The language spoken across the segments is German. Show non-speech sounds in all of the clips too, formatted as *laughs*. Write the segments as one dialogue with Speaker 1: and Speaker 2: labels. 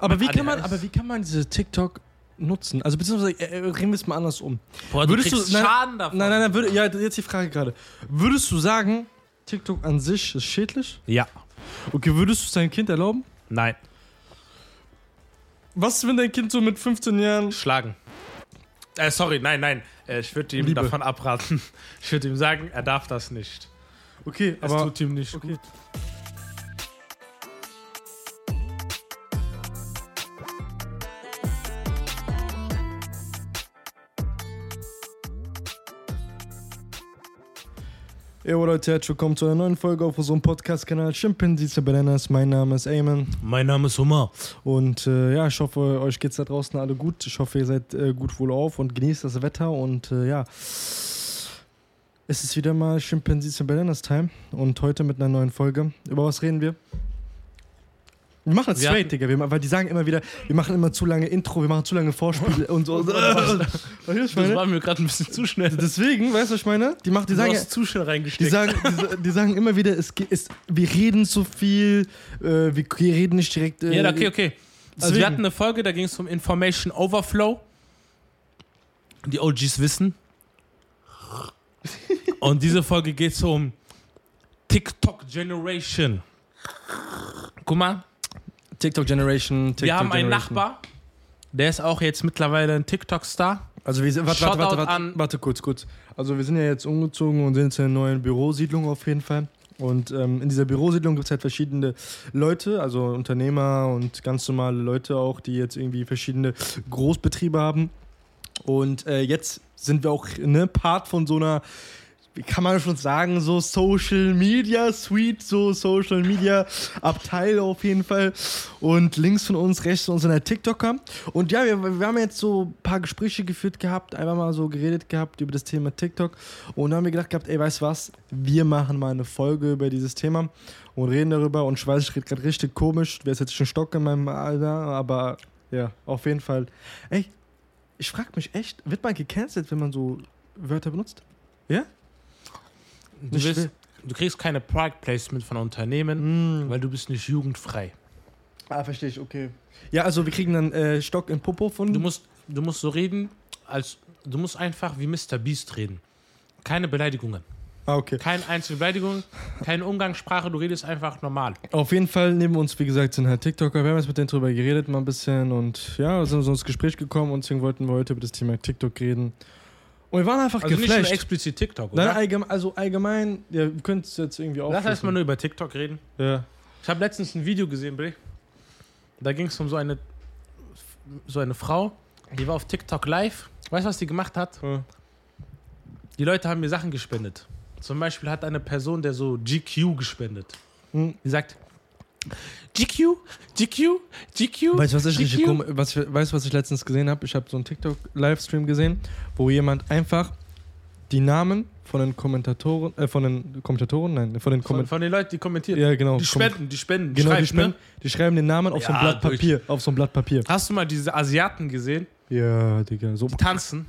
Speaker 1: Aber wie,
Speaker 2: ADHS.
Speaker 1: kann man, aber wie kann man diese TikTok nutzen? Also beziehungsweise äh, äh, reden wir es mal anders um.
Speaker 2: Boah,
Speaker 1: Würdest
Speaker 2: kriegst
Speaker 1: du- nein,
Speaker 2: Schaden davon.
Speaker 1: Nein, nein, nein, würde, ja, jetzt die Frage gerade. Würdest du sagen, TikTok an sich ist schädlich?
Speaker 2: Ja.
Speaker 1: Okay, würdest du es deinem Kind erlauben?
Speaker 2: Nein.
Speaker 1: Was, wenn dein Kind so mit 15 Jahren.
Speaker 2: Schlagen. Äh, sorry, nein, nein. Äh, ich würde ihm
Speaker 1: Liebe.
Speaker 2: davon abraten. *laughs* Ich würde ihm sagen, er darf das nicht.
Speaker 1: Okay,
Speaker 2: Es
Speaker 1: aber.
Speaker 2: tut ihm nicht
Speaker 1: okay.
Speaker 2: gut.
Speaker 1: Yo Leute, herzlich willkommen zu einer neuen Folge auf unserem Podcast-Kanal Chimpanzees and Bananas. Mein Name ist Eamon
Speaker 2: Mein Name ist Hummer.
Speaker 1: und äh, ja, ich hoffe, euch geht's da draußen alle gut. Ich hoffe, ihr seid äh, gut wohlauf und genießt das Wetter und äh, ja, es ist wieder mal Chimpanzees and Bananas Time und heute mit einer neuen Folge. Über was reden wir? Wir machen es
Speaker 2: Wir
Speaker 1: straight,
Speaker 2: hatten-
Speaker 1: Digga, wir, ma- weil die sagen immer wieder, wir machen immer zu lange Intro, wir machen zu lange
Speaker 2: *laughs*
Speaker 1: Vorspiele und so. Und so. Weißt du, was *laughs* ich
Speaker 2: Das
Speaker 1: meine?
Speaker 2: war mir gerade ein bisschen zu schnell.
Speaker 1: Deswegen, weißt du, was ich meine? Die, macht, die sagen,
Speaker 2: du hast zu schnell
Speaker 1: die
Speaker 2: reingesteckt.
Speaker 1: sagen, die, sa- die sagen immer wieder, es, ge- es, wir reden zu viel, äh, wir, wir reden nicht direkt. Äh,
Speaker 2: ja, okay, okay. Also
Speaker 1: Deswegen.
Speaker 2: wir hatten eine Folge, da ging es um Information Overflow. Die
Speaker 1: *laughs*
Speaker 2: OGs wissen. Und diese Folge geht es um TikTok Generation. Guck mal,
Speaker 1: TikTok Generation, TikTok
Speaker 2: wir haben einen Nachbar, der ist auch jetzt mittlerweile ein TikTok-Star.
Speaker 1: Also wir sind, warte, warte,
Speaker 2: Shoutout
Speaker 1: warte, warte,
Speaker 2: an-
Speaker 1: warte, kurz, kurz. Also wir sind ja jetzt umgezogen und sind jetzt in einer neuen Bürosiedlung auf jeden Fall. Und ähm, in dieser Bürosiedlung gibt es halt verschiedene Leute, also Unternehmer und ganz normale Leute auch, die jetzt irgendwie verschiedene Großbetriebe haben. Und äh, jetzt sind wir auch ne, Part von so einer, wie kann man schon sagen, so Social Media Suite, so Social Media Abteil auf jeden Fall. Und links von uns, rechts von uns sind der TikToker. Und ja, wir, wir haben jetzt so ein paar Gespräche geführt gehabt, einfach mal so geredet gehabt über das Thema TikTok. Und dann haben wir gedacht gehabt, ey, weißt du was, wir machen mal eine Folge über dieses Thema und reden darüber. Und ich weiß, ich rede gerade richtig komisch. Wäre jetzt schon Stock in meinem Alter, aber ja, auf jeden Fall. Ey, ich frage mich echt, wird man gecancelt, wenn man so Wörter benutzt?
Speaker 2: Du,
Speaker 1: Nicht
Speaker 2: wirst,
Speaker 1: schlimm.
Speaker 2: du kriegst keine Product Placement von Unternehmen, weil du bist nicht jugendfrei.
Speaker 1: Ah, verstehe ich, okay. Ja, also wir kriegen dann äh, Stock in Popo von.
Speaker 2: Du musst, du musst so reden, als du musst einfach wie Mr. Beast reden. Keine Beleidigungen.
Speaker 1: ah, okay.
Speaker 2: Keine einzige Beleidigung, keine Umgangssprache, du redest einfach normal.
Speaker 1: Auf jeden Fall neben uns, wie gesagt, sind halt TikToker. Wir haben jetzt mit denen drüber geredet, mal ein bisschen. Und ja, sind so ins Gespräch gekommen. Und deswegen wollten wir heute über das Thema TikTok reden. Und wir waren einfach
Speaker 2: Also nicht nur
Speaker 1: geflasht.
Speaker 2: explizit TikTok,
Speaker 1: Nein,
Speaker 2: oder?
Speaker 1: allgemein, also allgemein, ja, ihr könnt es jetzt irgendwie auch.
Speaker 2: Lass erstmal nur über TikTok reden.
Speaker 1: Ja.
Speaker 2: Ich habe letztens ein Video gesehen, Bri. Da ging es um so eine, so eine Frau, die war auf TikTok live. Weißt du, was die gemacht hat?
Speaker 1: Ja.
Speaker 2: Die Leute haben mir Sachen gespendet. Zum Beispiel hat eine Person, der so GQ gespendet.
Speaker 1: Hm.
Speaker 2: Die sagt, GQ, GQ, GQ.
Speaker 1: Weißt du, was ich, richtig
Speaker 2: GQ?
Speaker 1: kom- was, ich- weißt, du, was ich letztens gesehen habe? Ich habe so einen TikTok-Livestream gesehen, wo jemand einfach die Namen von den Kommentatoren, äh, von den Kommentatoren, nein, von den
Speaker 2: Von,
Speaker 1: Kommentatoren.
Speaker 2: von den Leuten, die kommentieren.
Speaker 1: Ja, genau.
Speaker 2: Die spenden, die spenden.
Speaker 1: Genau, die,
Speaker 2: schreibt, ne?
Speaker 1: schreiben, die schreiben den Namen auf so ein
Speaker 2: Ja,
Speaker 1: Blatt
Speaker 2: durch.
Speaker 1: Papier. Auf so ein Blatt Papier.
Speaker 2: Hast du mal diese Asiaten gesehen,
Speaker 1: Ja, Digga. So,
Speaker 2: die tanzen?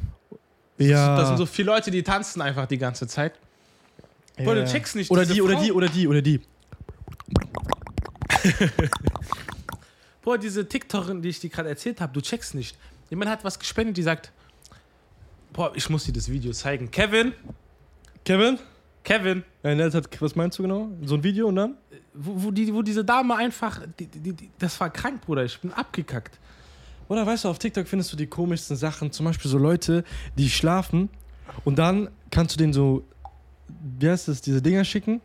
Speaker 1: ja.
Speaker 2: Das sind so viele Leute, die tanzen einfach die ganze Zeit.
Speaker 1: ja.
Speaker 2: Boah, du checkst nicht,
Speaker 1: Oder
Speaker 2: diese
Speaker 1: die, oder
Speaker 2: Frau-
Speaker 1: die, oder die, oder die.
Speaker 2: Boah, diese TikTokerin, die ich dir gerade erzählt habe, du checkst nicht. Jemand hat was gespendet, die sagt, boah, ich muss dir das Video zeigen. Kevin,
Speaker 1: Kevin?
Speaker 2: Kevin,
Speaker 1: Nein, das hat, was meinst du genau? So ein Video und dann?
Speaker 2: wo, wo, die, wo diese Dame einfach, die, die, die, das war krank, Bruder, ich bin abgekackt.
Speaker 1: Oder weißt du, auf TikTok findest du die komischsten Sachen. Zum Beispiel so Leute, die schlafen und dann kannst du denen so, wie heißt das, diese Dinger schicken.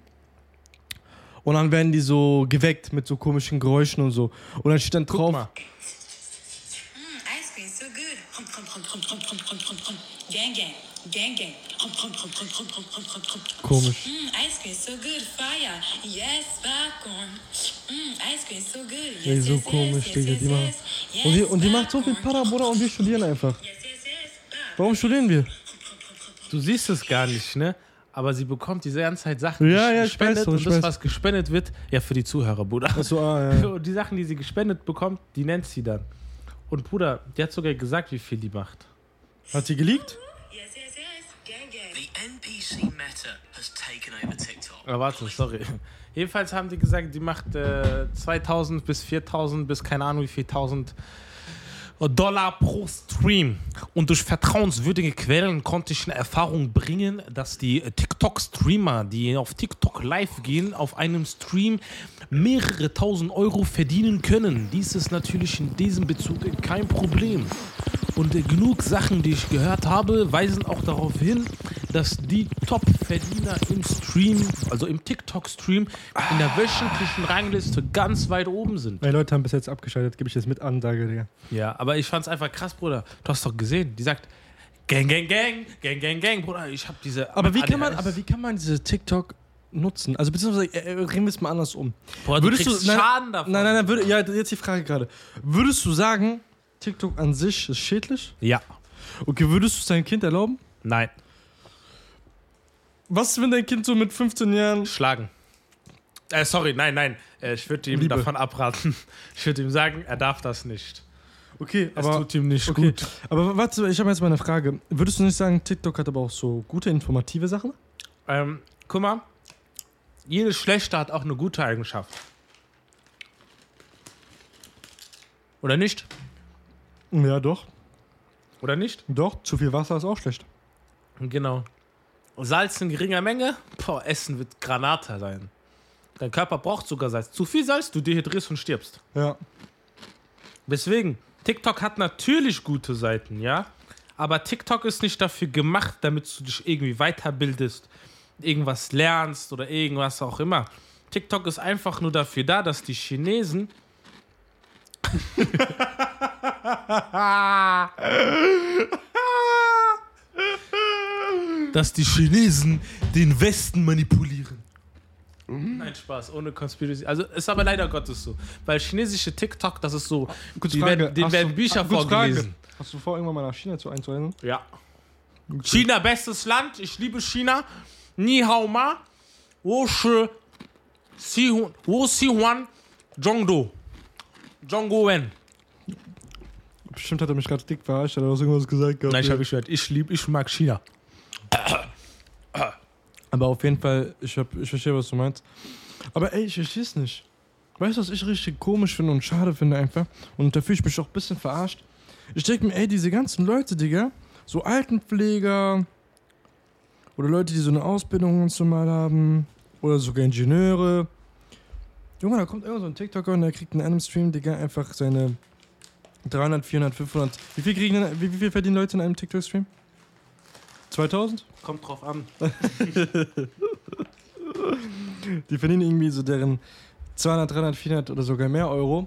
Speaker 1: Und dann werden die so geweckt mit so komischen Geräuschen und so. Und dann steht dann
Speaker 2: Guck
Speaker 1: drauf,
Speaker 2: mal.
Speaker 3: Mm, ice cream so good. Hum, hum, hum, hum, hum, hum, hum, hum, hum. Gang, gang. Gang, gang. Hum, hum, hum, hum, hum, hum, hum, hum, hum.
Speaker 1: Komisch.
Speaker 3: Mm, ice cream so good. Fire. Yes, popcorn. Mm, ice cream so good. Yes,
Speaker 1: ey, so
Speaker 3: yes, yes,
Speaker 1: komisch,
Speaker 3: yes,
Speaker 1: Digga,
Speaker 3: yes,
Speaker 1: die machen.
Speaker 3: yes.
Speaker 1: Und, die,
Speaker 3: Yes,
Speaker 1: und die macht so viel
Speaker 3: popcorn.
Speaker 1: Para, Bruder, und wir studieren einfach.
Speaker 3: Yes, yes, yes, popcorn.
Speaker 1: Warum studieren wir?
Speaker 2: Du siehst es gar nicht, ne? Aber sie bekommt diese ganze Zeit Sachen
Speaker 1: Ja,
Speaker 2: ges-
Speaker 1: ja, ich
Speaker 2: gespendet
Speaker 1: weiß doch, ich
Speaker 2: und das,
Speaker 1: weiß.
Speaker 2: was gespendet wird, ja, für die Zuhörer, Bruder.
Speaker 1: Achso, ah, ja.
Speaker 2: Und die Sachen, die sie gespendet bekommt, die nennt sie dann. Und Bruder, die hat sogar gesagt, wie viel die macht.
Speaker 1: Hat die geleakt?
Speaker 3: Yes, yes, yes. Gang, gang.
Speaker 4: The NPC MC Meta has taken over TikTok.
Speaker 2: Aber Ah, warte, sorry. Jedenfalls haben die gesagt, die macht äh, 2000 bis 4000 bis keine Ahnung wie viel tausend Dollar pro Stream. Und durch vertrauenswürdige Quellen konnte ich in Erfahrung bringen, dass die äh, TikTok-Streamer, die auf TikTok live gehen, auf einem Stream mehrere tausend Euro verdienen können. Dies ist natürlich in diesem Bezug äh, kein Problem. Und äh, genug Sachen, die ich gehört habe, weisen auch darauf hin, dass die Top-Verdiener im Stream, also im TikTok-Stream, in der wöchentlichen Rangliste ganz weit oben sind.
Speaker 1: Meine Leute haben bis jetzt abgeschaltet, gebe ich jetzt mit Ansage, Digga.
Speaker 2: Ja, aber ich fand's einfach krass, Bruder. Du hast doch gesehen, die sagt, Gang, Gang, Gang, Gang, Gang, Gang, Bruder, ich hab diese.
Speaker 1: Aber wie, kann man,
Speaker 2: ADHS.
Speaker 1: aber wie kann man diese TikTok nutzen? Also beziehungsweise äh, äh, reden wir es mal anders um.
Speaker 2: Boah, du kriegst Schaden davon.
Speaker 1: Nein, nein, nein, würde, ja, jetzt die Frage gerade. Würdest du sagen, TikTok an sich ist schädlich?
Speaker 2: Ja.
Speaker 1: Okay, würdest du es deinem Kind erlauben?
Speaker 2: Nein.
Speaker 1: Was, wenn dein Kind so mit 15 Jahren...
Speaker 2: Schlagen. Äh, sorry, nein, nein. Äh, ich würde ihm
Speaker 1: Liebe.
Speaker 2: davon abraten. *laughs* Ich würde ihm sagen, er darf das nicht.
Speaker 1: Okay,
Speaker 2: Es
Speaker 1: aber...
Speaker 2: tut ihm nicht
Speaker 1: okay.
Speaker 2: gut.
Speaker 1: Aber warte, ich habe jetzt mal eine Frage. Würdest du nicht sagen, TikTok hat aber auch so gute informative Sachen?
Speaker 2: Ähm, guck mal, jedes Schlechte hat auch eine gute Eigenschaft. Oder nicht?
Speaker 1: Ja, doch.
Speaker 2: Oder nicht?
Speaker 1: Doch, zu viel Wasser ist auch schlecht.
Speaker 2: Genau. Salz in geringer Menge, boah, Essen wird Granate sein. Dein Körper braucht sogar Salz. Zu viel Salz, du dehydrierst und stirbst.
Speaker 1: Ja.
Speaker 2: Deswegen, TikTok hat natürlich gute Seiten, ja? Aber TikTok ist nicht dafür gemacht, damit du dich irgendwie weiterbildest, irgendwas lernst oder irgendwas auch immer. TikTok ist einfach nur dafür da, dass die Chinesen. dass die Chinesen den Westen manipulieren. Nein, Spaß, ohne Conspiracy. Also ist aber leider Gottes so. Weil chinesische TikTok, das ist so,
Speaker 1: Kurz
Speaker 2: die werden, denen werden Bücher vorgelesen.
Speaker 1: Hast du vor, irgendwann mal nach China zu einzureisen?
Speaker 2: Ja. China, bestes Land. Ich liebe China. Ni hao ma. Wo shi. Si hu- Wo si huan. Zhongdo. Zhongguo wen.
Speaker 1: Bestimmt hat er mich gerade dick verarscht, hat er auch irgendwas gesagt. Gehabt,
Speaker 2: Nein, ich habe gehört. Ich liebe, ich mag China.
Speaker 1: Aber auf jeden Fall, ich, hab, ich verstehe, was du meinst. Aber ey, ich verstehe es nicht. Weißt du, was ich richtig komisch finde und schade finde einfach? Und da fühle ich mich auch ein bisschen verarscht. Ich denke mir, ey, diese ganzen Leute, Digga, so Altenpfleger oder Leute, die so eine Ausbildung ganz normal haben oder sogar Ingenieure. Junge, da kommt irgend so ein TikToker und der kriegt in einem Stream, Digga, einfach seine 300, 400, 500. Wie viel, kriegen, denn- wie, wie viel verdienen Leute in einem TikTok-Stream? 2000?
Speaker 2: Kommt drauf an.
Speaker 1: Die verdienen irgendwie so deren 200, 300, 400 oder sogar mehr Euro.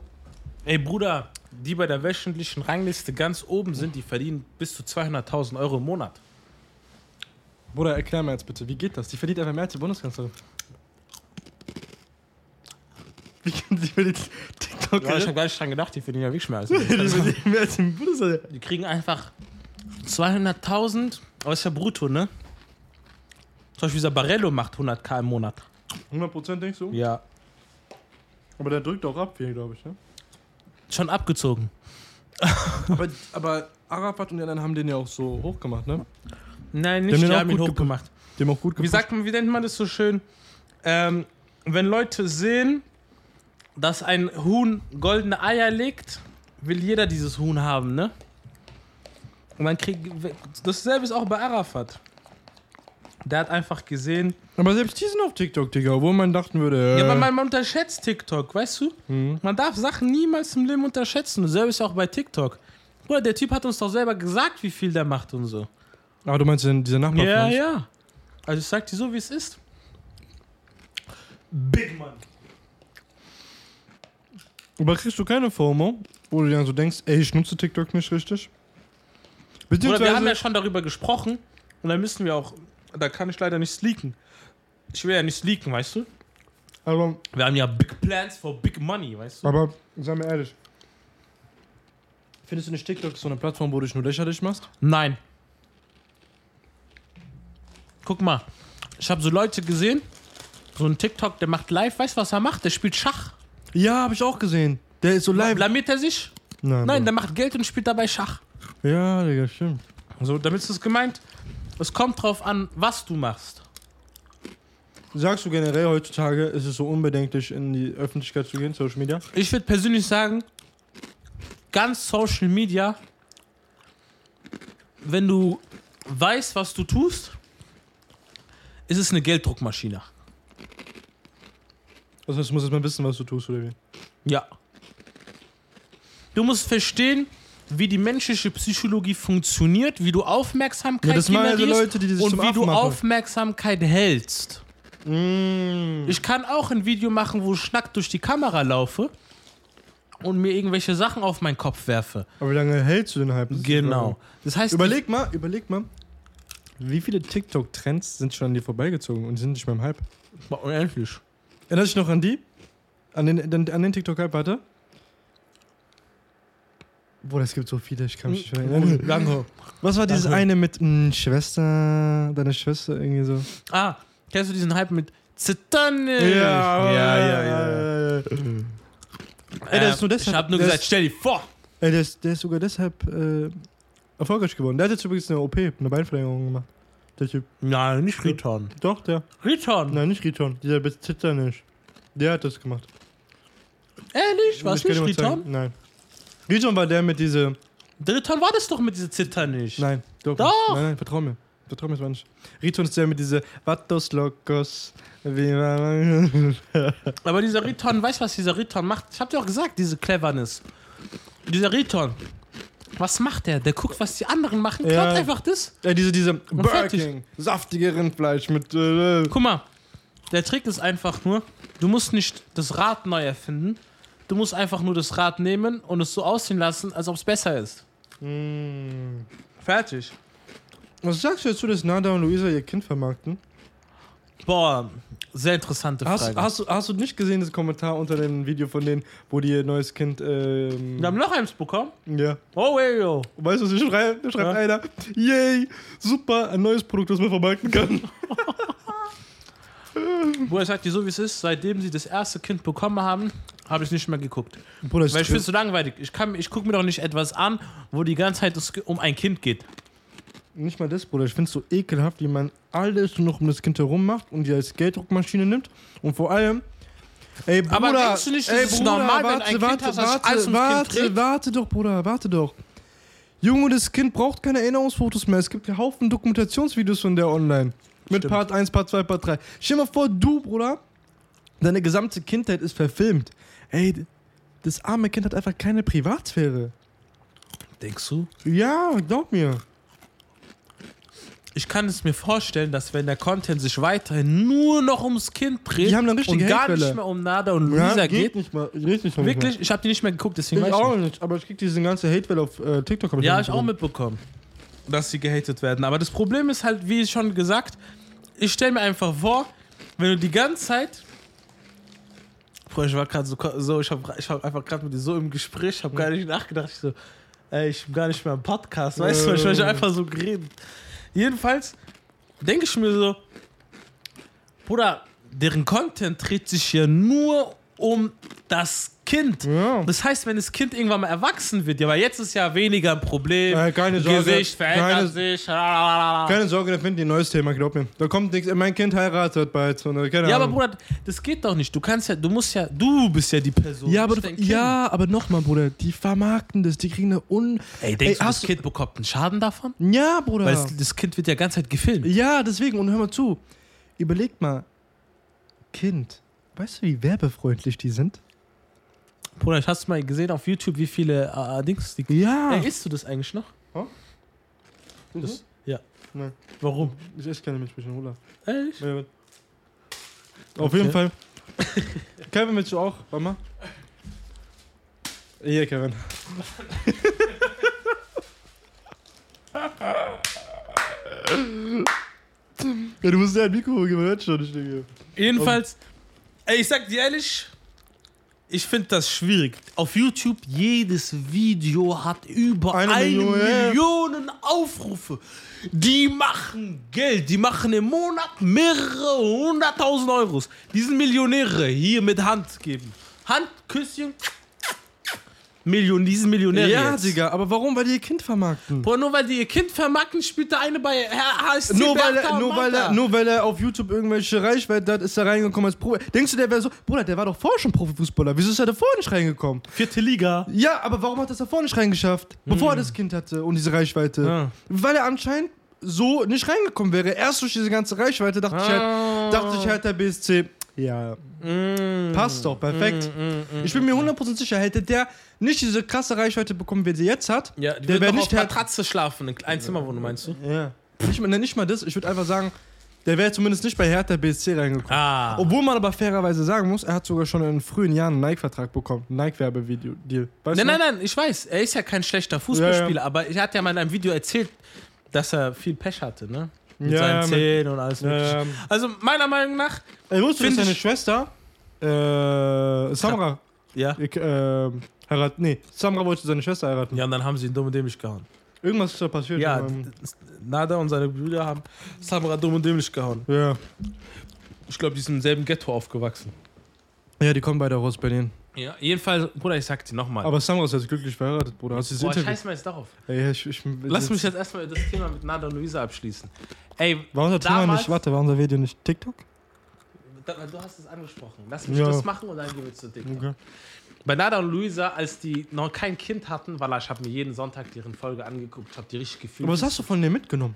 Speaker 2: Ey, Bruder, die bei der wöchentlichen Rangliste ganz oben sind, die verdienen bis zu 200.000 Euro im Monat.
Speaker 1: Bruder, erklär mir jetzt bitte, wie geht das? Die verdient einfach mehr als die Bundeskanzlerin. Wie kann die verdient TikTok
Speaker 2: ich habe gar nicht dran gedacht, die verdienen ja wirklich mehr als *laughs*
Speaker 1: Die verdient mehr als die Bundeskanzlerin.
Speaker 2: Die kriegen einfach 200.000, aber ist ja brutto, ne? Zum Beispiel dieser Barello macht 100k im Monat.
Speaker 1: 100% denkst du?
Speaker 2: Ja.
Speaker 1: Aber der drückt auch ab viel, glaube ich. Ne?
Speaker 2: Schon abgezogen.
Speaker 1: *laughs* Aber, aber Arafat und die anderen haben den ja auch so hochgemacht, ne?
Speaker 2: Nein,
Speaker 1: Die
Speaker 2: nicht.
Speaker 1: haben den
Speaker 2: Die
Speaker 1: auch
Speaker 2: haben ihn
Speaker 1: gut
Speaker 2: hochgemacht.
Speaker 1: Dem auch gut
Speaker 2: Wie sagt man, wie nennt man das so schön? Ähm, wenn Leute sehen, dass ein Huhn goldene Eier legt, will jeder dieses Huhn haben, ne? Und man kriegt. Dasselbe ist auch bei Arafat. Der hat einfach gesehen.
Speaker 1: Aber selbst die sind auf TikTok, Digga, wo man dachten würde.
Speaker 2: Ja,
Speaker 1: äh, Mhm.
Speaker 2: aber man, man unterschätzt TikTok, weißt du? Man darf Sachen niemals im Leben unterschätzen. Und selber ist auch bei TikTok. Bruder, der Typ hat uns doch selber gesagt, wie viel der macht und so.
Speaker 1: Ah, du meinst den, dieser Nachbar
Speaker 2: Ja,
Speaker 1: von uns?
Speaker 2: ja. Also ich sag dir so, wie es ist. Big Mann.
Speaker 1: Aber kriegst du keine FOMO, wo du dann so denkst, ey, ich nutze TikTok nicht richtig?
Speaker 2: Bruder, wir haben
Speaker 1: Beziehungsweise,
Speaker 2: ja schon darüber gesprochen. Und da müssen wir auch. Da kann ich leider nicht leaken. Ich will ja nicht leaken, weißt du?
Speaker 1: aber,
Speaker 2: Wir haben ja Big Plans for Big Money, weißt du?
Speaker 1: aber, sei mir ehrlich. Findest du nicht TikTok so eine Plattform, wo du dich nur lächerlich machst?
Speaker 2: Nein. Guck mal, ich habe so Leute gesehen, so ein TikTok, der macht live, weißt du, was er macht? Der spielt Schach.
Speaker 1: Ja, habe ich auch gesehen. Der ist so live.
Speaker 2: Blamiert er sich?
Speaker 1: Nein,
Speaker 2: Nein, der macht Geld und spielt dabei Schach.
Speaker 1: Ja, Digga, stimmt.
Speaker 2: So, damit ist es gemeint. Es kommt drauf an, was du machst.
Speaker 1: Sagst du generell heutzutage, ist es so unbedenklich, in die Öffentlichkeit zu gehen, Social Media?
Speaker 2: Ich würde persönlich sagen, ganz Social Media, wenn du weißt, was du tust, ist es eine Gelddruckmaschine.
Speaker 1: Also heißt, du musst jetzt mal wissen, was du tust, oder wie?
Speaker 2: Ja. Du musst verstehen, wie die menschliche Psychologie funktioniert, wie du Aufmerksamkeit
Speaker 1: Ja, das meinen also
Speaker 2: generierst
Speaker 1: Leute, die sich
Speaker 2: und
Speaker 1: zum
Speaker 2: wie
Speaker 1: Affen
Speaker 2: du
Speaker 1: machen.
Speaker 2: Aufmerksamkeit hältst.
Speaker 1: Mm.
Speaker 2: Ich kann auch ein Video machen, wo ich schnack durch die Kamera laufe und mir irgendwelche Sachen auf meinen Kopf werfe.
Speaker 1: Aber wie lange hältst du den Hype? Das ist die
Speaker 2: Genau.
Speaker 1: Frage.
Speaker 2: Das heißt,
Speaker 1: Überleg mal, überleg mal, wie viele TikTok-Trends sind schon an dir vorbeigezogen und die sind nicht mehr im Hype? *laughs*
Speaker 2: Boah, unendlich.
Speaker 1: Erinnerst du dich noch an die? An den, den, an den TikTok-Hype, warte. Boah, es gibt so viele, ich kann mich nicht mehr erinnern.
Speaker 2: Lange.
Speaker 1: Was war dieses
Speaker 2: Mhm. Danke.
Speaker 1: eine mit mm, Schwester, deine Schwester, irgendwie so?
Speaker 2: Ah, kennst du diesen Hype mit Zittern?
Speaker 1: ja,
Speaker 2: ja,
Speaker 1: ja,
Speaker 2: ja. ja.
Speaker 1: ja, ja.
Speaker 2: Äh,
Speaker 1: das ist nur deshalb-
Speaker 2: ich habe nur
Speaker 1: das-
Speaker 2: gesagt, stell dir vor.
Speaker 1: Ey, der ist, der ist sogar deshalb äh, erfolgreich geworden. Der hat jetzt übrigens eine OP, eine Beinverlängerung gemacht. Der Typ.
Speaker 2: Nein, nicht Riton.
Speaker 1: Doch, der.
Speaker 2: Riton.
Speaker 1: Nein, nicht Riton. Dieser Besitzer nicht. Der hat das gemacht.
Speaker 2: Ehrlich? War es
Speaker 1: Ich kann
Speaker 2: nicht
Speaker 1: dir mal zeigen.
Speaker 2: Riton?
Speaker 1: Nein. Riton war der mit diese.
Speaker 2: Riton war das doch mit dieser Zittern nicht.
Speaker 1: Nein, doch.
Speaker 2: Doch!
Speaker 1: Nein, nein, vertrau mir. Vertrau mir, es war nicht. Riton ist der mit diese Vatos Locos. Viva-
Speaker 2: Aber dieser Riton, weißt du, was dieser Riton macht? Ich hab dir auch gesagt, diese Cleverness. Dieser Riton. Was macht der? Der guckt, was die anderen machen,
Speaker 1: Ja.
Speaker 2: klaut einfach das.
Speaker 1: Äh, diese, diese
Speaker 2: fertig.
Speaker 1: Birking. Saftige Rindfleisch mit. Äh,
Speaker 2: Guck mal, der Trick ist einfach nur, du musst nicht das Rad neu erfinden. Du musst einfach nur das Rad nehmen und es so aussehen lassen, als ob es besser ist. Mm. Fertig.
Speaker 1: was sagst du dazu, dass Nada und Luisa ihr Kind vermarkten?
Speaker 2: Boah, sehr interessante Frage.
Speaker 1: Hast, hast, du- hast du nicht gesehen, das Kommentar unter dem Video von denen, wo die ihr neues Kind. Ähm,
Speaker 2: Wir haben noch eins bekommen.
Speaker 1: ja.
Speaker 2: Oh, ey, yo.
Speaker 1: Weißt du, was ich schreibe? Da schreibt
Speaker 2: Ja.
Speaker 1: einer: Yay, super, ein neues Produkt, das man vermarkten kann.
Speaker 2: Wo er sagt, dir so wie es ist, seitdem sie das erste Kind bekommen haben, habe ich nicht mehr geguckt.
Speaker 1: Bruder,
Speaker 2: Weil ich finde es so langweilig. Ich, kann- ich gucke mir doch nicht etwas an, wo die ganze Zeit es um ein Kind geht.
Speaker 1: nicht mal das, Bruder. Ich finde es so ekelhaft, wie man alles nur noch um das Kind herum macht und die als Gelddruckmaschine nimmt. Und vor allem. Ey, Bruder,
Speaker 2: Aber denkst du nicht, das
Speaker 1: ey,
Speaker 2: ist
Speaker 1: Bruder,
Speaker 2: normal, wenn
Speaker 1: warte,
Speaker 2: ein Kind
Speaker 1: warte,
Speaker 2: hast, dass
Speaker 1: warte,
Speaker 2: alles ums Kind
Speaker 1: warte,
Speaker 2: dreht?
Speaker 1: warte doch, Bruder, warte doch. Junge, das Kind braucht keine Erinnerungsfotos mehr. Es gibt einen Haufen Dokumentationsvideos von der online. Mit
Speaker 2: Stimmt.
Speaker 1: Part 1, Part 2, Part 3. Stell dir mal vor, du, Bruder, deine gesamte Kindheit ist verfilmt. Ey, das arme Kind hat einfach keine Privatsphäre.
Speaker 2: Denkst du?
Speaker 1: Ja, glaub mir.
Speaker 2: Ich kann es mir vorstellen, dass wenn der Content sich weiterhin nur noch ums Kind dreht
Speaker 1: Die haben eine
Speaker 2: und
Speaker 1: richtige
Speaker 2: gar
Speaker 1: Hate-Welle.
Speaker 2: nicht mehr um Nada und Luisa
Speaker 1: Ja,
Speaker 2: geht.
Speaker 1: nicht mal. Geht nicht mal.
Speaker 2: Wirklich? Ich habe die nicht mehr geguckt, deswegen
Speaker 1: Ich
Speaker 2: weiß
Speaker 1: auch
Speaker 2: ich
Speaker 1: nicht, aber ich krieg diese ganze Hate-Welle auf äh, TikTok. hab
Speaker 2: nicht. Ja, ich auch
Speaker 1: mitbekommen.
Speaker 2: mitbekommen, dass sie gehatet werden. Aber das Problem ist halt, wie schon gesagt, ich stelle mir einfach vor, wenn du die ganze Zeit... Boah, ich war gerade so, so, ich habe ich hab einfach gerade mit dir so im Gespräch, ich habe gar nicht nachgedacht. Ich so, ey, ich bin gar nicht mehr im Podcast, weißt du, ich habe einfach so geredet. Jedenfalls denke ich mir so, Bruder, deren Content dreht sich ja nur um das Kind.
Speaker 1: Ja.
Speaker 2: Das heißt, wenn das Kind irgendwann mal erwachsen wird, ja, aber jetzt ist ja weniger ein Problem.
Speaker 1: Äh, keine Sorge.
Speaker 2: Gesicht verändert
Speaker 1: Keine-
Speaker 2: sich. lalalala.
Speaker 1: Keine Sorge, da finden die ein neues Thema, glaub mir. Da kommt nichts. Mein Kind heiratet bald. So eine, keine
Speaker 2: ja, aber
Speaker 1: Ahnung.
Speaker 2: Bruder, das geht doch nicht. Du kannst ja, du musst ja, du bist ja die Person.
Speaker 1: ja, aber,
Speaker 2: nicht dein
Speaker 1: du-
Speaker 2: Kind.
Speaker 1: ja, aber nochmal, Bruder, die vermarkten das, die kriegen eine Un...
Speaker 2: Ey, denkst du, das
Speaker 1: hast
Speaker 2: Kind bekommt einen Schaden davon?
Speaker 1: du... Ja, Bruder.
Speaker 2: Weil es, das Kind wird ja ganze Zeit gefilmt.
Speaker 1: Ja, deswegen, und hör mal zu. Überleg mal, Kind, weißt du, wie werbefreundlich die sind?
Speaker 2: Bruder, ich hast du mal gesehen auf YouTube, wie viele äh, Dings die.
Speaker 1: Ja.
Speaker 2: Ey, isst du das eigentlich noch?
Speaker 1: Mhm.
Speaker 2: Das, ja.
Speaker 1: Nein.
Speaker 2: Warum?
Speaker 1: Ich esse keine Milchbrötchen, Bruder.
Speaker 2: Ehrlich?
Speaker 1: Ja, gut. Auf jeden Fall. Kevin, willst du auch? Warte mal. Hier, Kevin. ja, du musst ja ein Mikro gehört schon, ich denke.
Speaker 2: Jedenfalls, ey, ich sag dir ehrlich, ich finde das schwierig. Auf YouTube, jedes Video hat über
Speaker 1: Eine
Speaker 2: eine,
Speaker 1: Million, ja.
Speaker 2: Million Aufrufe. Die machen Geld, die machen im Monat mehrere hunderttausend Euros. Die sind Millionäre, hier mit Hand geben. Handküsschen. Million, diesen Millionär
Speaker 1: Ja,
Speaker 2: jetzt.
Speaker 1: Digga, aber warum? Weil die ihr Kind vermarkten.
Speaker 2: Boah, nur weil die ihr Kind vermarkten, spielt der eine bei HSC
Speaker 1: Nur weil,
Speaker 2: Bertha
Speaker 1: er,
Speaker 2: und
Speaker 1: nur, weil er,
Speaker 2: Malta.
Speaker 1: nur weil er auf YouTube irgendwelche Reichweite hat, ist er reingekommen als Profi. Denkst du, der wäre so, Bruder, der war doch vorher schon Profifußballer. Wieso ist er da vorher nicht reingekommen?
Speaker 2: Vierte Liga.
Speaker 1: Ja, aber warum hat er es da vorne nicht reingeschafft? Bevor er das Kind hatte und diese Reichweite.
Speaker 2: Hm. Ja.
Speaker 1: Weil er anscheinend so nicht reingekommen wäre. Erst durch diese ganze Reichweite dachte, ich,
Speaker 2: Ah. Hm.
Speaker 1: halt, dachte ich halt, der BSC, ja, passt doch, perfekt. Ich bin mir 100% sicher, hätte der nicht diese krasse Reichweite bekommen, wie er sie jetzt hat,
Speaker 2: Ja, die
Speaker 1: der wäre
Speaker 2: würden
Speaker 1: nicht
Speaker 2: nicht auf
Speaker 1: Hertha
Speaker 2: Matratze schlafen, in Einzimmerwohnung, meinst ne? du?
Speaker 1: ja. Nicht, mal- nicht mal das, ich würde einfach sagen, der wäre zumindest nicht bei Hertha BSC reingekommen.
Speaker 2: Ah.
Speaker 1: Obwohl man aber fairerweise sagen muss, er hat sogar schon in frühen Jahren einen Nike-Vertrag bekommen. Einen Nike-Werbevideo-Deal. Weißt
Speaker 2: Nein,
Speaker 1: du noch?
Speaker 2: nein, nein, ich weiß, er ist ja kein schlechter Fußballspieler,
Speaker 1: Ja,
Speaker 2: aber er hat ja mal in einem Video erzählt, dass er viel Pech hatte, ne? Mit
Speaker 1: Ja, ja,
Speaker 2: seinen
Speaker 1: mit-
Speaker 2: Zähnen und alles mögliche.
Speaker 1: ja.
Speaker 2: Also meiner Meinung nach,
Speaker 1: Ey, wusstest du, dass
Speaker 2: Find
Speaker 1: seine
Speaker 2: ich-
Speaker 1: Schwester, äh, Samra,
Speaker 2: ja.
Speaker 1: ich, äh, heirat, nee, Samra wollte seine Schwester heiraten.
Speaker 2: Ja, und dann haben sie ihn dumm und dämlich gehauen.
Speaker 1: Irgendwas ist da passiert.
Speaker 2: Ja,
Speaker 1: Ähm,
Speaker 2: Nada und seine Brüder haben Samra dumm und dämlich gehauen.
Speaker 1: ja.
Speaker 2: Ich glaube, die sind im selben Ghetto aufgewachsen.
Speaker 1: Ja, die kommen beide auch aus Berlin.
Speaker 2: Ja, jedenfalls, Bruder, ich sag dir nochmal.
Speaker 1: Aber Samra ist jetzt glücklich verheiratet, Bruder. Also Hast du das
Speaker 2: Boah,
Speaker 1: Interview?
Speaker 2: scheiß mal jetzt darauf.
Speaker 1: Ey, ich, ich,
Speaker 2: Lass mich jetzt erstmal das Thema mit Nada und Luisa abschließen. Ey,
Speaker 1: War unser Thema
Speaker 2: damals-
Speaker 1: nicht, warte, war unser Video nicht TikTok?
Speaker 2: Da- Du hast es angesprochen. Lass mich
Speaker 1: Ja.
Speaker 2: das machen und dann gehen wir zu TikTok.
Speaker 1: Okay.
Speaker 2: Bei Nada und Luisa, als die noch kein Kind hatten, weil ich habe mir jeden Sonntag deren Folge angeguckt, ich habe die richtig gefühlt,
Speaker 1: Aber was hast du von denen mitgenommen?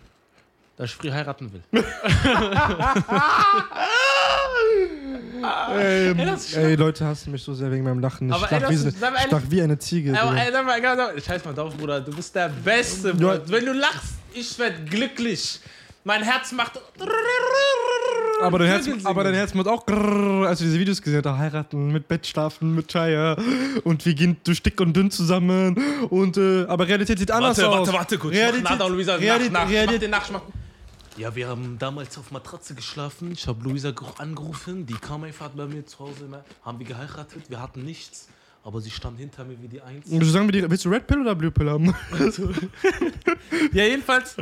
Speaker 2: dass ich früh
Speaker 1: *laughs*
Speaker 2: heiraten will.
Speaker 1: Ähm,
Speaker 2: *laughs* Ey, das ist
Speaker 1: ey, Leute hassen mich so sehr wegen meinem Lachen. Ich
Speaker 2: Aber ey,
Speaker 1: lach
Speaker 2: das
Speaker 1: wie,
Speaker 2: ist-
Speaker 1: so-
Speaker 2: sei mal
Speaker 1: ich lach wie eine Ziege.
Speaker 2: Aber
Speaker 1: Digga.
Speaker 2: ey, sag mal, ganz ehrlich, scheiß mal drauf, Bruder, du bist der Beste, Bruder. Wenn du lachst, ich werd glücklich. Mein Herz macht...
Speaker 1: Aber dein, Herz,
Speaker 2: Vögel singen.
Speaker 1: aber dein Herz macht auch grrrr, als du diese Videos gesehen hast, heiraten, mit Bett schlafen, mit Chaya und wir gehen durch dick und dünn zusammen und äh, aber Realität sieht anders
Speaker 2: Warte,
Speaker 1: aus.
Speaker 2: warte, warte, kurz.
Speaker 1: Realität,
Speaker 2: Nada und Luisa,
Speaker 1: Realität,
Speaker 2: nach, nach, ich mach
Speaker 1: Realität,
Speaker 2: den nach, ich mach... Ja, wir haben damals auf Matratze geschlafen. Ich habe Luisa ge- angerufen. Die kam einfach bei mir zu Hause. immer. Haben wir geheiratet. Wir hatten nichts. Aber sie stand hinter mir wie die Eins.
Speaker 1: Du sagen wir dir, willst du Red Pill oder Blue Pill haben?
Speaker 2: Ja, jedenfalls.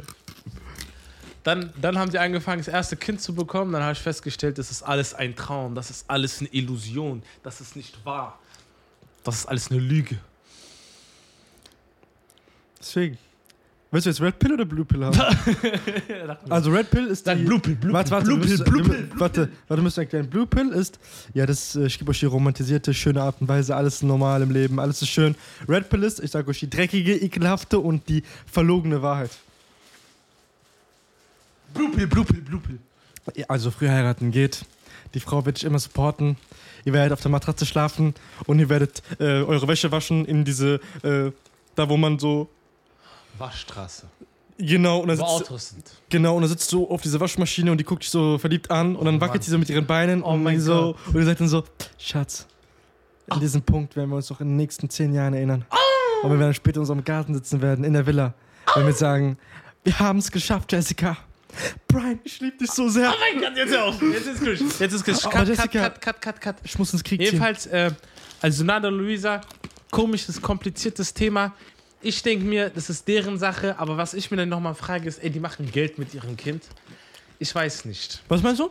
Speaker 2: Dann, dann haben sie angefangen, das erste Kind zu bekommen. Dann habe ich festgestellt, das ist alles ein Traum. Das ist alles eine Illusion. Das ist nicht wahr. Das ist alles eine Lüge.
Speaker 1: Deswegen. Willst du jetzt Red Pill oder Blue Pill
Speaker 2: *laughs*
Speaker 1: haben? *laughs* also Red Pill ist
Speaker 2: Dann
Speaker 1: die...
Speaker 2: Blue Pill, Blue
Speaker 1: warte, warte,
Speaker 2: Blue
Speaker 1: wir
Speaker 2: Pill,
Speaker 1: müssen-
Speaker 2: Blue
Speaker 1: wir mü- Warte, warte, müssen erklären. Blue Pill ist, ja, das, äh, ich gebe euch die romantisierte, schöne Art und Weise, alles normal im Leben, alles ist schön. Red Pill ist, ich sage euch, die dreckige, ekelhafte und die verlogene Wahrheit.
Speaker 2: Blue Pill, Blue Pill, Blue Pill.
Speaker 1: Ja, Also früh heiraten geht. Die Frau wird dich immer supporten. Ihr werdet auf der Matratze schlafen und ihr werdet äh, eure Wäsche waschen in diese, äh, da wo man so,
Speaker 2: Waschstraße.
Speaker 1: genau, und dann
Speaker 2: Wo
Speaker 1: sitzt,
Speaker 2: Autos sind.
Speaker 1: genau, und dann sitzt du auf dieser Waschmaschine und die guckt dich so verliebt an und dann
Speaker 2: Oh,
Speaker 1: wackelt
Speaker 2: Mann.
Speaker 1: sie so mit ihren Beinen
Speaker 2: Oh
Speaker 1: und,
Speaker 2: mein Oh.
Speaker 1: die so, und ihr sagt dann so, Schatz, an diesem Punkt werden wir uns noch in den nächsten zehn Jahren erinnern. Und wenn wir dann später in unserem Garten sitzen werden, in der Villa, wenn wir
Speaker 2: Oh.
Speaker 1: sagen, wir haben es geschafft, Jessica. Brian, ich liebe dich so sehr.
Speaker 2: Oh Mein Gott, jetzt hör auf. Jetzt ist gut. Jetzt ist gut.
Speaker 1: Aber
Speaker 2: Cut, cut,
Speaker 1: Jessica-
Speaker 2: cut, cut, cut, cut.
Speaker 1: Ich muss ins Krieg ziehen.
Speaker 2: Jedenfalls, äh, also Nada und Luisa, komisches, kompliziertes Thema. Ich denke mir, das ist deren Sache, aber was ich mir dann nochmal frage, ist, ey, die machen Geld mit ihrem Kind. Ich weiß nicht.
Speaker 1: Was meinst du?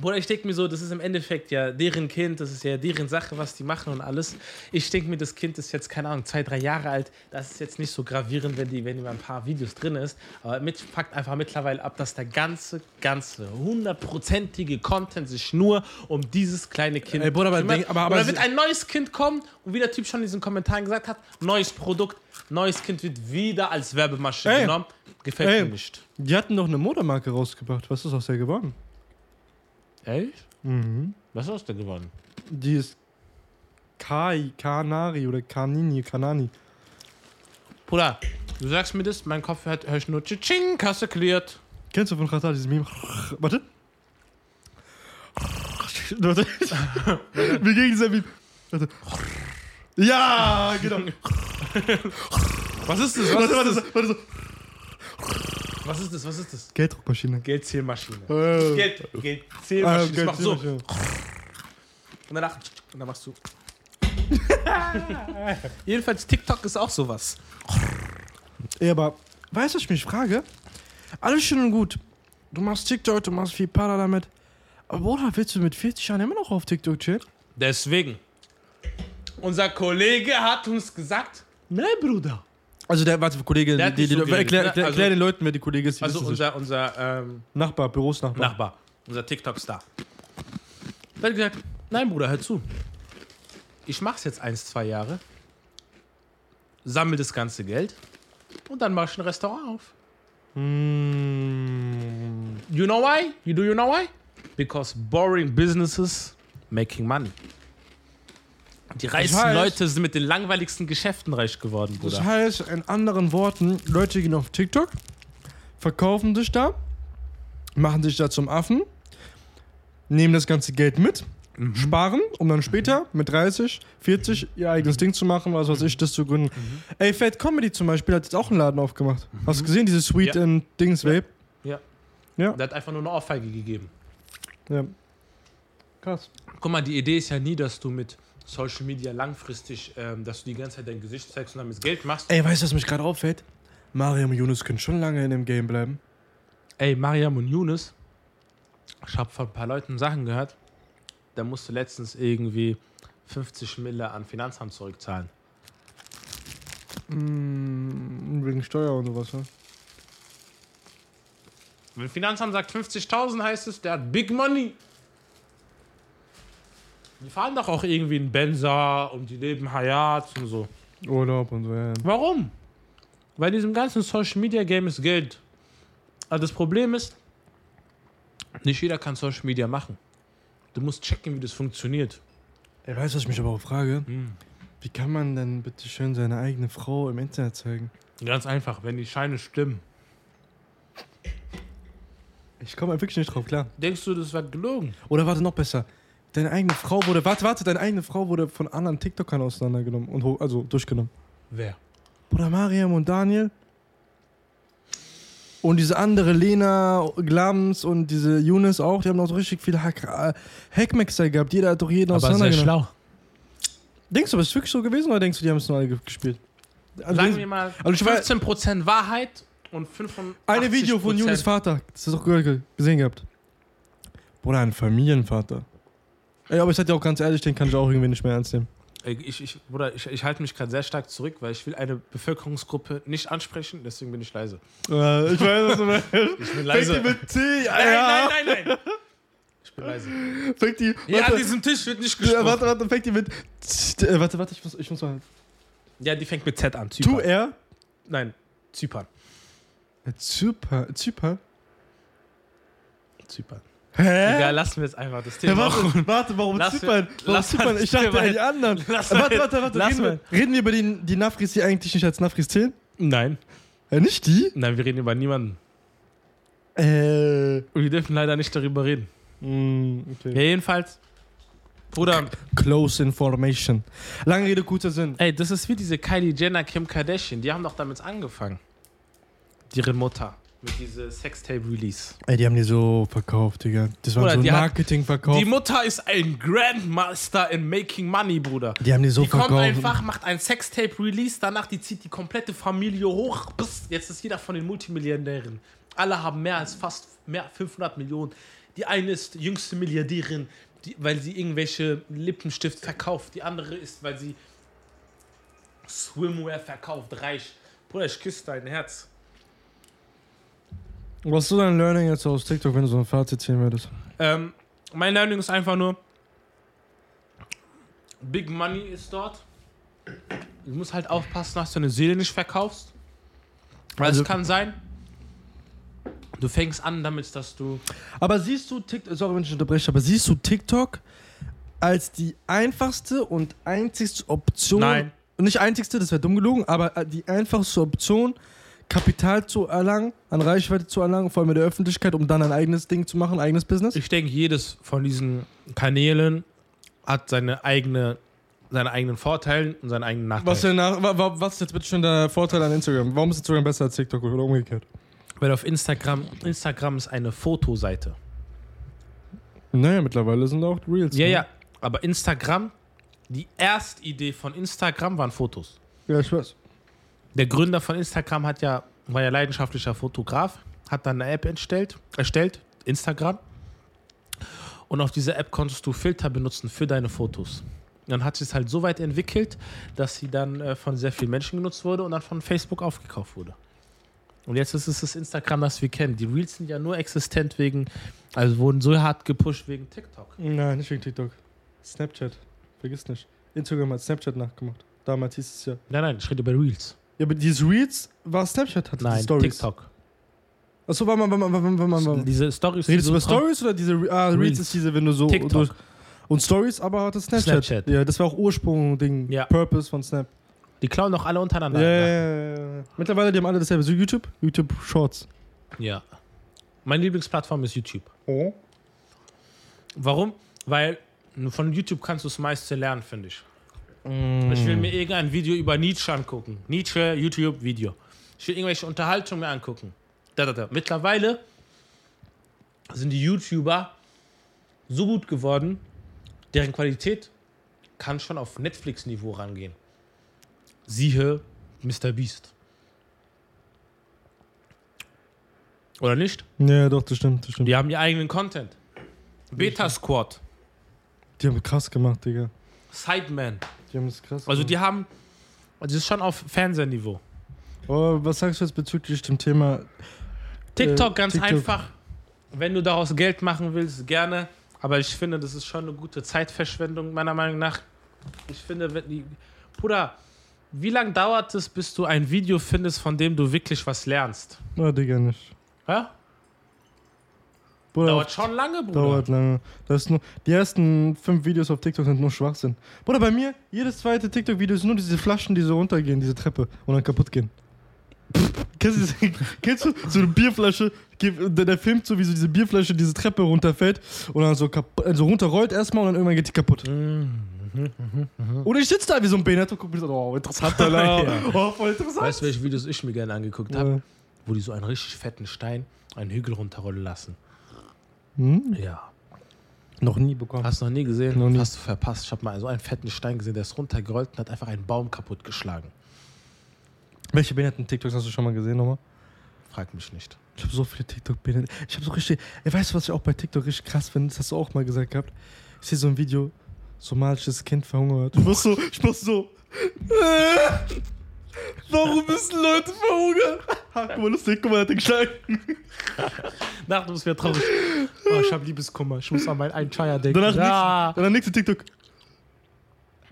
Speaker 2: Bruder, ich denke mir so, das ist im Endeffekt ja deren Kind, das ist ja deren Sache, was die machen und alles. Ich denke mir, das Kind ist jetzt, keine Ahnung, zwei, drei Jahre alt. Das ist jetzt nicht so gravierend, wenn die, wenn die mal ein paar Videos drin ist. Aber mit packt einfach mittlerweile ab, dass der ganze, ganze, hundertprozentige Content sich nur um dieses kleine Kind
Speaker 1: Ey, Bruder, aber
Speaker 2: kümmert.
Speaker 1: denk- aber- aber
Speaker 2: und da
Speaker 1: sie-
Speaker 2: wird ein neues Kind kommen und wie der Typ schon in diesen Kommentaren gesagt hat, neues Produkt, neues Kind wird wieder als Werbemaschine
Speaker 1: Ey.
Speaker 2: genommen. Gefällt
Speaker 1: Ey.
Speaker 2: mir nicht.
Speaker 1: Die hatten doch eine Modemarke rausgebracht. Was ist aus der geworden?
Speaker 2: Echt?
Speaker 1: Mhm.
Speaker 2: Was hast du gewonnen?
Speaker 1: Die ist Kai, Kanari oder Kanini, Kanani.
Speaker 2: Bruder, du sagst mir das, mein Kopf hört, hör ich nur Tsching, Kasse cleared.
Speaker 1: Kennst du von Katar dieses Meme? Warte.
Speaker 2: *laughs*
Speaker 1: Warte. Wie ging dieser Meme? Warte. Ja, genau.
Speaker 2: *laughs* Was ist das?
Speaker 1: Warte, warte, warte. warte.
Speaker 2: Was ist das? Was ist das?
Speaker 1: Gelddruckmaschine.
Speaker 2: Geldzählmaschine.
Speaker 1: Äh,
Speaker 2: Geld,
Speaker 1: äh,
Speaker 2: Geldzählmaschine. ich mach so. Und
Speaker 1: Gelddruckmaschine.
Speaker 2: danach, und dann machst du. *laughs* Jedenfalls, TikTok ist auch sowas.
Speaker 1: Ey, aber weißt du, was ich mich frage? Alles schön und gut. Du machst TikTok, du machst viel Para damit. Aber Bruder, willst du mit 40 Jahren immer noch auf TikTok chillen?
Speaker 2: Deswegen. Unser Kollege hat uns gesagt, nein, Bruder.
Speaker 1: Also der, warte, Kollege,
Speaker 2: Der hat
Speaker 1: die,
Speaker 2: nicht
Speaker 1: die,
Speaker 2: so
Speaker 1: erklär,
Speaker 2: geredet, ne?
Speaker 1: erklär,
Speaker 2: Also-
Speaker 1: erklär den Leuten, wer die Kollege ist. Die
Speaker 2: Also
Speaker 1: wissen es
Speaker 2: unser, unser ähm,
Speaker 1: nicht. Nachbar, Bürosnachbar.
Speaker 2: Nachbar, unser TikTok-Star. Der hat gesagt, nein, Bruder, hör zu. Ich mach's jetzt eins, zwei Jahre, sammel das ganze Geld und dann mach ich ein Restaurant auf. You know why? You do you know why? Because boring businesses making money. Die reichsten
Speaker 1: heißt-
Speaker 2: Leute sind mit den langweiligsten Geschäften reich geworden, Bruder.
Speaker 1: Das heißt, in anderen Worten, Leute gehen auf TikTok, verkaufen sich da, machen sich da zum Affen, nehmen das ganze Geld mit, sparen, um dann später mit 30, 40 ihr eigenes Ding zu machen, was weiß ich, das zu gründen. Ey, Fat Comedy zum Beispiel hat jetzt auch einen Laden aufgemacht. Hast du gesehen, diese Sweet
Speaker 2: Ja.
Speaker 1: and Dings, Vape?
Speaker 2: ja.
Speaker 1: Ja.
Speaker 2: Der hat einfach nur eine Ohrfeige gegeben.
Speaker 1: Ja. Krass.
Speaker 2: Guck mal, die Idee ist ja nie, dass du mit Social Media langfristig, ähm, dass du die ganze Zeit dein Gesicht zeigst und damit Geld machst.
Speaker 1: Ey, weißt du, was mich gerade auffällt? Mariam und Yunus können schon lange in dem Game bleiben.
Speaker 2: Ey, Mariam und Younes, ich habe von ein paar Leuten Sachen gehört, da musst du letztens irgendwie 50 Mille an Finanzamt zurückzahlen.
Speaker 1: Wegen Steuer und sowas, ne?
Speaker 2: Wenn Finanzamt sagt 50.000, heißt es, der hat Big Money. Die fahren doch auch irgendwie in Benza und die leben Hayat und so.
Speaker 1: Urlaub und so, ja.
Speaker 2: Warum? Weil in diesem ganzen Social Media Game ist Geld. Aber das Problem ist, nicht jeder kann Social Media machen. Du musst checken, wie das funktioniert.
Speaker 1: Ey, weißt du, was ich mich aber auch frage?
Speaker 2: Hm.
Speaker 1: Wie kann man denn bitte schön seine eigene Frau im Internet zeigen?
Speaker 2: Ganz einfach, wenn die Scheine stimmen.
Speaker 1: Ich komme wirklich nicht drauf klar.
Speaker 2: Denkst du, das war gelogen?
Speaker 1: Oder warte, noch besser. Deine eigene Frau wurde, warte, warte, deine eigene Frau wurde von anderen TikTokern auseinandergenommen und ho- also durchgenommen.
Speaker 2: Wer?
Speaker 1: Bruder Mariam und Daniel. Und diese andere Lena Glams und diese Younes auch, die haben auch richtig viele Hack äh, Hackmaxer gehabt. Jeder hat genau. doch jeden
Speaker 2: Aber sehr
Speaker 1: auseinandergenommen.
Speaker 2: schlau.
Speaker 1: Denkst du, aber ist es wirklich so gewesen oder denkst du, die haben es nur alle ge- gespielt? Also,
Speaker 2: Sagen wir mal,
Speaker 1: also ich weiß-
Speaker 2: 15% Wahrheit und 85%.
Speaker 1: Eine Video von Junis Vater. Das hast du doch ge- gesehen gehabt. Bruder, ein Familienvater. Ey, aber ich sag dir auch ganz ehrlich, den kann ich auch irgendwie nicht mehr ernst nehmen.
Speaker 2: Ey, Ich, ich, Bruder, ich, ich halte mich gerade sehr stark zurück, weil ich will eine Bevölkerungsgruppe nicht ansprechen, deswegen bin ich leise.
Speaker 1: Äh, ich weiß, was du
Speaker 2: *laughs*
Speaker 1: meinst.
Speaker 2: Ich bin
Speaker 1: Fängt die
Speaker 2: leise.
Speaker 1: mit T,
Speaker 2: Nein,
Speaker 1: ja.
Speaker 2: nein, nein, nein. Ich bin leise.
Speaker 1: Fängt die, warte,
Speaker 2: Ja, an diesem Tisch wird nicht
Speaker 1: äh,
Speaker 2: gesprochen.
Speaker 1: warte, warte, fängt die mit, Z- äh, warte, warte, ich muss, ich muss mal,
Speaker 2: Ja, die fängt mit Z an. Zypern.
Speaker 1: 2R?
Speaker 2: Nein, Zypern.
Speaker 1: Äh, Zypern, Zypern?
Speaker 2: Zypern.
Speaker 1: Hä?
Speaker 2: Egal, lassen wir jetzt einfach das
Speaker 1: Ja,
Speaker 2: Thema.
Speaker 1: warte, warte, warum
Speaker 2: Lass-
Speaker 1: Zypern? Warum
Speaker 2: lass-
Speaker 1: Zypern? Ich dachte
Speaker 2: Zypern.
Speaker 1: an die anderen.
Speaker 2: *laughs* Lass-
Speaker 1: Äh, warte, warte, warte,
Speaker 2: lass-
Speaker 1: reden, wir, reden wir über die, die Nafris, die eigentlich nicht als Nafris zählen?
Speaker 2: Nein,
Speaker 1: Äh, nicht die?
Speaker 2: nein, wir reden über niemanden.
Speaker 1: Äh,
Speaker 2: Und wir dürfen leider nicht darüber reden.
Speaker 1: mh, okay.
Speaker 2: Ja, jedenfalls. Bruder,
Speaker 1: Close Information. Lange Rede, kurzer Sinn.
Speaker 2: ey, das ist wie diese Kylie Jenner, Kim Kardashian. Die haben doch damit angefangen. Ihre Mutter. Mit dieser Sextape-Release.
Speaker 1: Ey, die haben die so verkauft, Digga. Das war
Speaker 2: Bruder,
Speaker 1: so ein
Speaker 2: die hat-
Speaker 1: Marketingverkauf.
Speaker 2: Die
Speaker 1: Die,
Speaker 2: Mutter ist ein Grandmaster in Making Money, Bruder.
Speaker 1: haben die so
Speaker 2: Die kommt
Speaker 1: verkauft.
Speaker 2: einfach, macht ein Sextape-Release, danach die zieht die komplette Familie hoch. Bis jetzt ist jeder von den Multimillionären. Alle haben mehr als fast mehr 500 Millionen. Die eine ist jüngste Milliardärin, die, weil sie irgendwelche Lippenstift verkauft. Die andere ist, weil sie Swimwear verkauft, reich. Bruder, ich küsse dein Herz.
Speaker 1: Was ist so dein Learning jetzt aus TikTok, wenn du so ein Fazit ziehen würdest?
Speaker 2: Ähm, mein Learning ist einfach nur, Big Money ist dort. Du musst halt aufpassen, dass du deine Seele nicht verkaufst. Weil
Speaker 1: Also-
Speaker 2: es kann sein, du fängst an damit, dass du...
Speaker 1: Aber siehst du TikTok, sorry, wenn ich unterbreche, aber siehst du TikTok als die einfachste und einzigste Option?
Speaker 2: Nein.
Speaker 1: Nicht einzigste, das wäre dumm gelogen, aber äh, die einfachste Option, Kapital zu erlangen, an Reichweite zu erlangen, vor allem in der Öffentlichkeit, um dann ein eigenes Ding zu machen, ein eigenes Business?
Speaker 2: Ich denke, jedes von diesen Kanälen hat seine eigene seine eigenen Vorteile und seinen eigenen Nachteil.
Speaker 1: Was, denn nach, wa, wa, was ist jetzt bitte schon der Vorteil an Instagram? Warum ist Instagram besser als TikTok oder umgekehrt?
Speaker 2: Weil auf Instagram, Instagram ist eine Fotoseite.
Speaker 1: Naja, mittlerweile sind auch Reels.
Speaker 2: Ja,
Speaker 1: ne?
Speaker 2: ja, aber Instagram, die Erstidee von Instagram waren Fotos.
Speaker 1: Ja, ich weiß.
Speaker 2: Der Gründer von Instagram hat ja, war ja leidenschaftlicher Fotograf, hat dann eine App entstellt, erstellt, Instagram. Und auf dieser App konntest du Filter benutzen für deine Fotos. Dann hat sie es halt so weit entwickelt, dass sie dann äh, von sehr vielen Menschen genutzt wurde und dann von Facebook aufgekauft wurde. Und jetzt ist es das Instagram, das wir kennen. Die Reels sind ja nur existent wegen, also wurden so hart gepusht wegen TikTok.
Speaker 1: Nein, nicht wegen TikTok. Snapchat. Vergiss nicht. Instagram hat Snapchat nachgemacht. Damals hieß es ja.
Speaker 2: Nein, nein, ich rede über Reels.
Speaker 1: Ja, aber dieses Reels war Snapchat, hatte
Speaker 2: Nein,
Speaker 1: die Stories.
Speaker 2: TikTok.
Speaker 1: Achso, warte mal, warte mal, warte mal, warte mal.
Speaker 2: Diese Stories. die
Speaker 1: Redest du über
Speaker 2: so drauf-
Speaker 1: Stories oder diese Re- ah, Reels,
Speaker 2: Reels.
Speaker 1: ist diese, wenn du so
Speaker 2: TikTok.
Speaker 1: durch. Und Stories aber hatte Snapchat.
Speaker 2: Snapchat.
Speaker 1: Ja, das war auch Ursprung Ding,
Speaker 2: Ja.
Speaker 1: Purpose von Snap.
Speaker 2: Die klauen doch alle untereinander.
Speaker 1: Ja, ja, ja, ja, ja. Mittlerweile die haben alle dasselbe. So YouTube, YouTube Shorts.
Speaker 2: ja. Meine Lieblingsplattform ist YouTube.
Speaker 1: Oh.
Speaker 2: Warum? Weil von YouTube kannst du das meiste lernen, finde ich. Ich will mir irgendein Video über Nietzsche angucken. Nietzsche, YouTube, Video. Ich will irgendwelche Unterhaltung mir angucken. Da, da, da. Mittlerweile sind die YouTuber so gut geworden, deren Qualität kann schon auf Netflix-Niveau rangehen. Siehe Mr. Beast. Oder nicht?
Speaker 1: Ja, doch, das stimmt, das stimmt.
Speaker 2: Die haben ihren eigenen Content. Beta Squad,
Speaker 1: Die haben krass gemacht, Digga.
Speaker 2: Sideman.
Speaker 1: Die haben das krass
Speaker 2: Also
Speaker 1: gemacht.
Speaker 2: die haben, das ist schon auf Fernsehniveau.
Speaker 1: Aber Oh, was sagst du jetzt bezüglich dem Thema?
Speaker 2: TikTok
Speaker 1: Äh,
Speaker 2: ganz
Speaker 1: TikTok.
Speaker 2: einfach. Wenn du daraus Geld machen willst, gerne. Aber ich finde, das ist schon eine gute Zeitverschwendung, meiner Meinung nach. Ich finde, wenn die. Bruder, wie lange dauert es, bis du ein Video findest, von dem du wirklich was lernst?
Speaker 1: Na, Digga, nicht.
Speaker 2: Hä?
Speaker 1: Bruder,
Speaker 2: Dauert schon lange, Bruder.
Speaker 1: Dauert lange. Das ist nur, die ersten fünf Videos auf TikTok sind nur Schwachsinn. Bruder, bei mir, jedes zweite TikTok-Video ist nur diese Flaschen, die so runtergehen, diese Treppe und dann kaputt gehen. *laughs* Kennst du, das? *laughs* kennst du so eine Bierflasche, ge- der, der filmt so, wie so diese Bierflasche diese Treppe runterfällt und dann so, kap- äh, so runterrollt erstmal und dann irgendwann geht die kaputt.
Speaker 2: Mhm.
Speaker 1: Oder ich sitze da wie so ein Benetto und guck mir so, oh, interessant, *laughs* Alter.
Speaker 2: Ja.
Speaker 1: Oh, voll interessant.
Speaker 2: Weißt du, welche Videos ich mir gerne angeguckt habe? Wo die so einen richtig fetten Stein, einen Hügel runterrollen lassen.
Speaker 1: Hm?
Speaker 2: Ja.
Speaker 1: Noch nie bekommen.
Speaker 2: Hast du noch nie gesehen?
Speaker 1: Noch nie.
Speaker 2: Hast du verpasst. Ich habe mal so einen fetten Stein gesehen, der ist runtergerollt und hat einfach einen Baum kaputtgeschlagen.
Speaker 1: Welche Benetton-TikToks hast du schon mal gesehen nochmal?
Speaker 2: Frag mich nicht.
Speaker 1: Ich habe so viele TikTok-Bilder. Ich habe so richtig. Ey, weißt du, was ich auch bei TikTok richtig krass finde? Das hast du auch mal gesagt gehabt. Ich sehe so ein Video, somalisches Kind verhungert. Ich mach so, ich mach so. Äh, warum müssen Leute verhungern? Ha, guck mal, lustig, guck mal, er hat den geschlagen.
Speaker 2: Nach du bist wieder traurig. Oh, ich habe Liebeskummer. Ich muss an meinen einen Chaya denken. Ah.
Speaker 1: Danach,
Speaker 2: ja.
Speaker 1: nächste, danach nächste TikTok.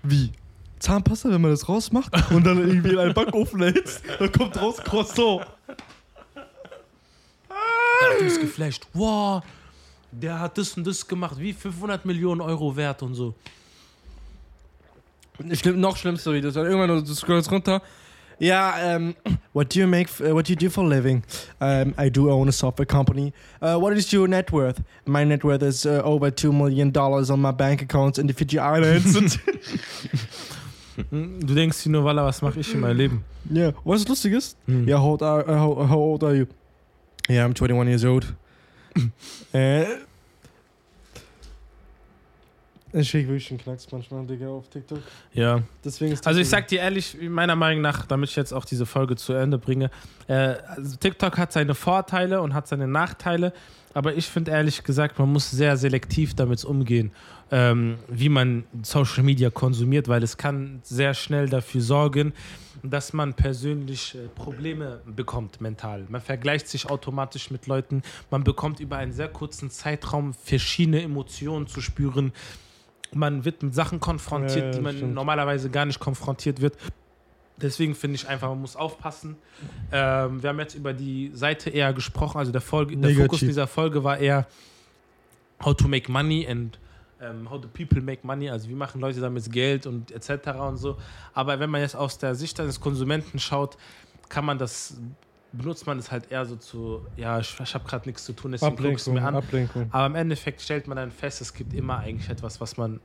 Speaker 1: Wie? Zahnpasta, wenn man das rausmacht *laughs* und dann irgendwie in einen Backofen erhitzt, dann kommt raus Croissant.
Speaker 2: Du bist geflasht. Wow, der hat das und das gemacht. Wie 500 Millionen Euro wert und so.
Speaker 1: Schlimm, noch schlimmste Videos. Dann irgendwann du scrollst runter. Ja, ähm, what do you make, f- äh, what do you do for a living? Um, I do own a software company. Uh, what is your net worth? My net worth is uh, over two million dollars on my bank accounts in the Fiji Islands.
Speaker 2: *laughs*
Speaker 1: Und-
Speaker 2: Du denkst dir nur, Walla, was mache ich in meinem Leben?
Speaker 1: Ja, was lustig ist?
Speaker 2: Hm.
Speaker 1: Ja, how old are, uh, how, how old are you? Yeah, I'm 21 years
Speaker 2: *laughs*
Speaker 1: old. äh, ich krieg wirklich einen Knacks manchmal, Digga, auf TikTok.
Speaker 2: Ja.
Speaker 1: Deswegen ist
Speaker 2: Also ich
Speaker 1: TikTok-
Speaker 2: sag dir ehrlich, meiner Meinung nach, damit ich jetzt auch diese Folge zu Ende bringe, äh, also TikTok hat seine Vorteile und hat seine Nachteile, aber ich finde ehrlich gesagt, man muss sehr selektiv damit umgehen, ähm, wie man Social Media konsumiert, weil es kann sehr schnell dafür sorgen, dass man persönlich äh, Probleme bekommt mental. Man vergleicht sich automatisch mit Leuten, man bekommt über einen sehr kurzen Zeitraum verschiedene Emotionen zu spüren. Man wird mit Sachen konfrontiert,
Speaker 1: Ja, ja,
Speaker 2: die man
Speaker 1: stimmt.
Speaker 2: normalerweise gar nicht konfrontiert wird. Deswegen finde ich einfach, man muss aufpassen. Ähm, wir haben jetzt über die Seite eher gesprochen, also der, Folge, der
Speaker 1: Negativ.
Speaker 2: Fokus dieser Folge war eher How to make money and ähm, How do people make money, also wie machen Leute damit Geld und etc. und so. Aber wenn man jetzt aus der Sicht eines Konsumenten schaut, kann man das, benutzt man es halt eher so zu, ja, ich, ich habe gerade nichts zu tun, deswegen guck's
Speaker 1: Ablenkung,
Speaker 2: mir an.
Speaker 1: Ablenkung.
Speaker 2: Aber im Endeffekt stellt man dann fest, es gibt immer eigentlich etwas, was man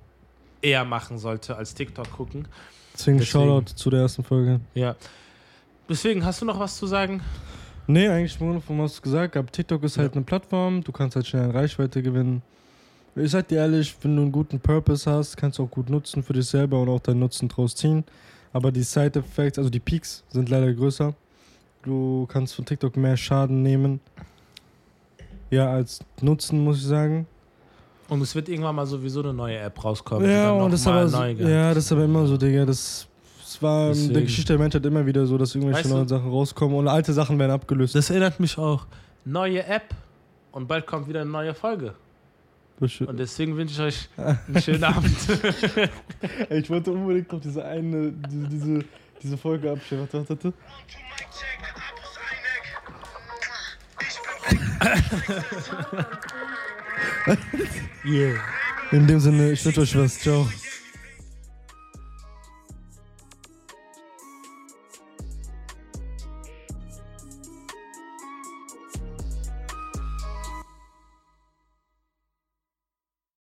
Speaker 2: eher machen sollte als TikTok gucken.
Speaker 1: Deswegen,
Speaker 2: Deswegen.
Speaker 1: Shoutout zu der ersten Folge.
Speaker 2: Ja. Deswegen, hast du noch was zu sagen?
Speaker 1: Nee, eigentlich nur von was gesagt. gehabt. TikTok ist halt eine Plattform, du kannst halt schnell an Reichweite gewinnen. Ich sag dir ehrlich, wenn du einen guten Purpose hast, kannst du auch gut nutzen für dich selber und auch deinen Nutzen draus ziehen. Aber die Side Effects, also die Peaks, sind leider größer. Du kannst von TikTok mehr Schaden nehmen. Ja, als Nutzen, muss ich sagen.
Speaker 2: Und es wird irgendwann mal sowieso eine neue App
Speaker 1: Ja,
Speaker 2: rauskommen. die dann
Speaker 1: und
Speaker 2: noch
Speaker 1: das ist
Speaker 2: mal
Speaker 1: aber, so-
Speaker 2: neu gemacht
Speaker 1: ja, das ist aber immer so, Digga. Das, das war in der
Speaker 2: Deswegen.
Speaker 1: Geschichte der Menschheit immer wieder so, dass irgendwelche
Speaker 2: Weißt du?
Speaker 1: neuen Sachen rauskommen und alte Sachen werden abgelöst.
Speaker 2: Das erinnert mich auch. Neue App und bald kommt wieder eine neue Folge. Und deswegen wünsche ich euch einen schönen Abend.
Speaker 1: Ey, ich wollte unbedingt noch diese eine, diese, diese, diese Folge abstellen. Warte, warte, warte. In dem Sinne, ich wünsche euch was. Ciao.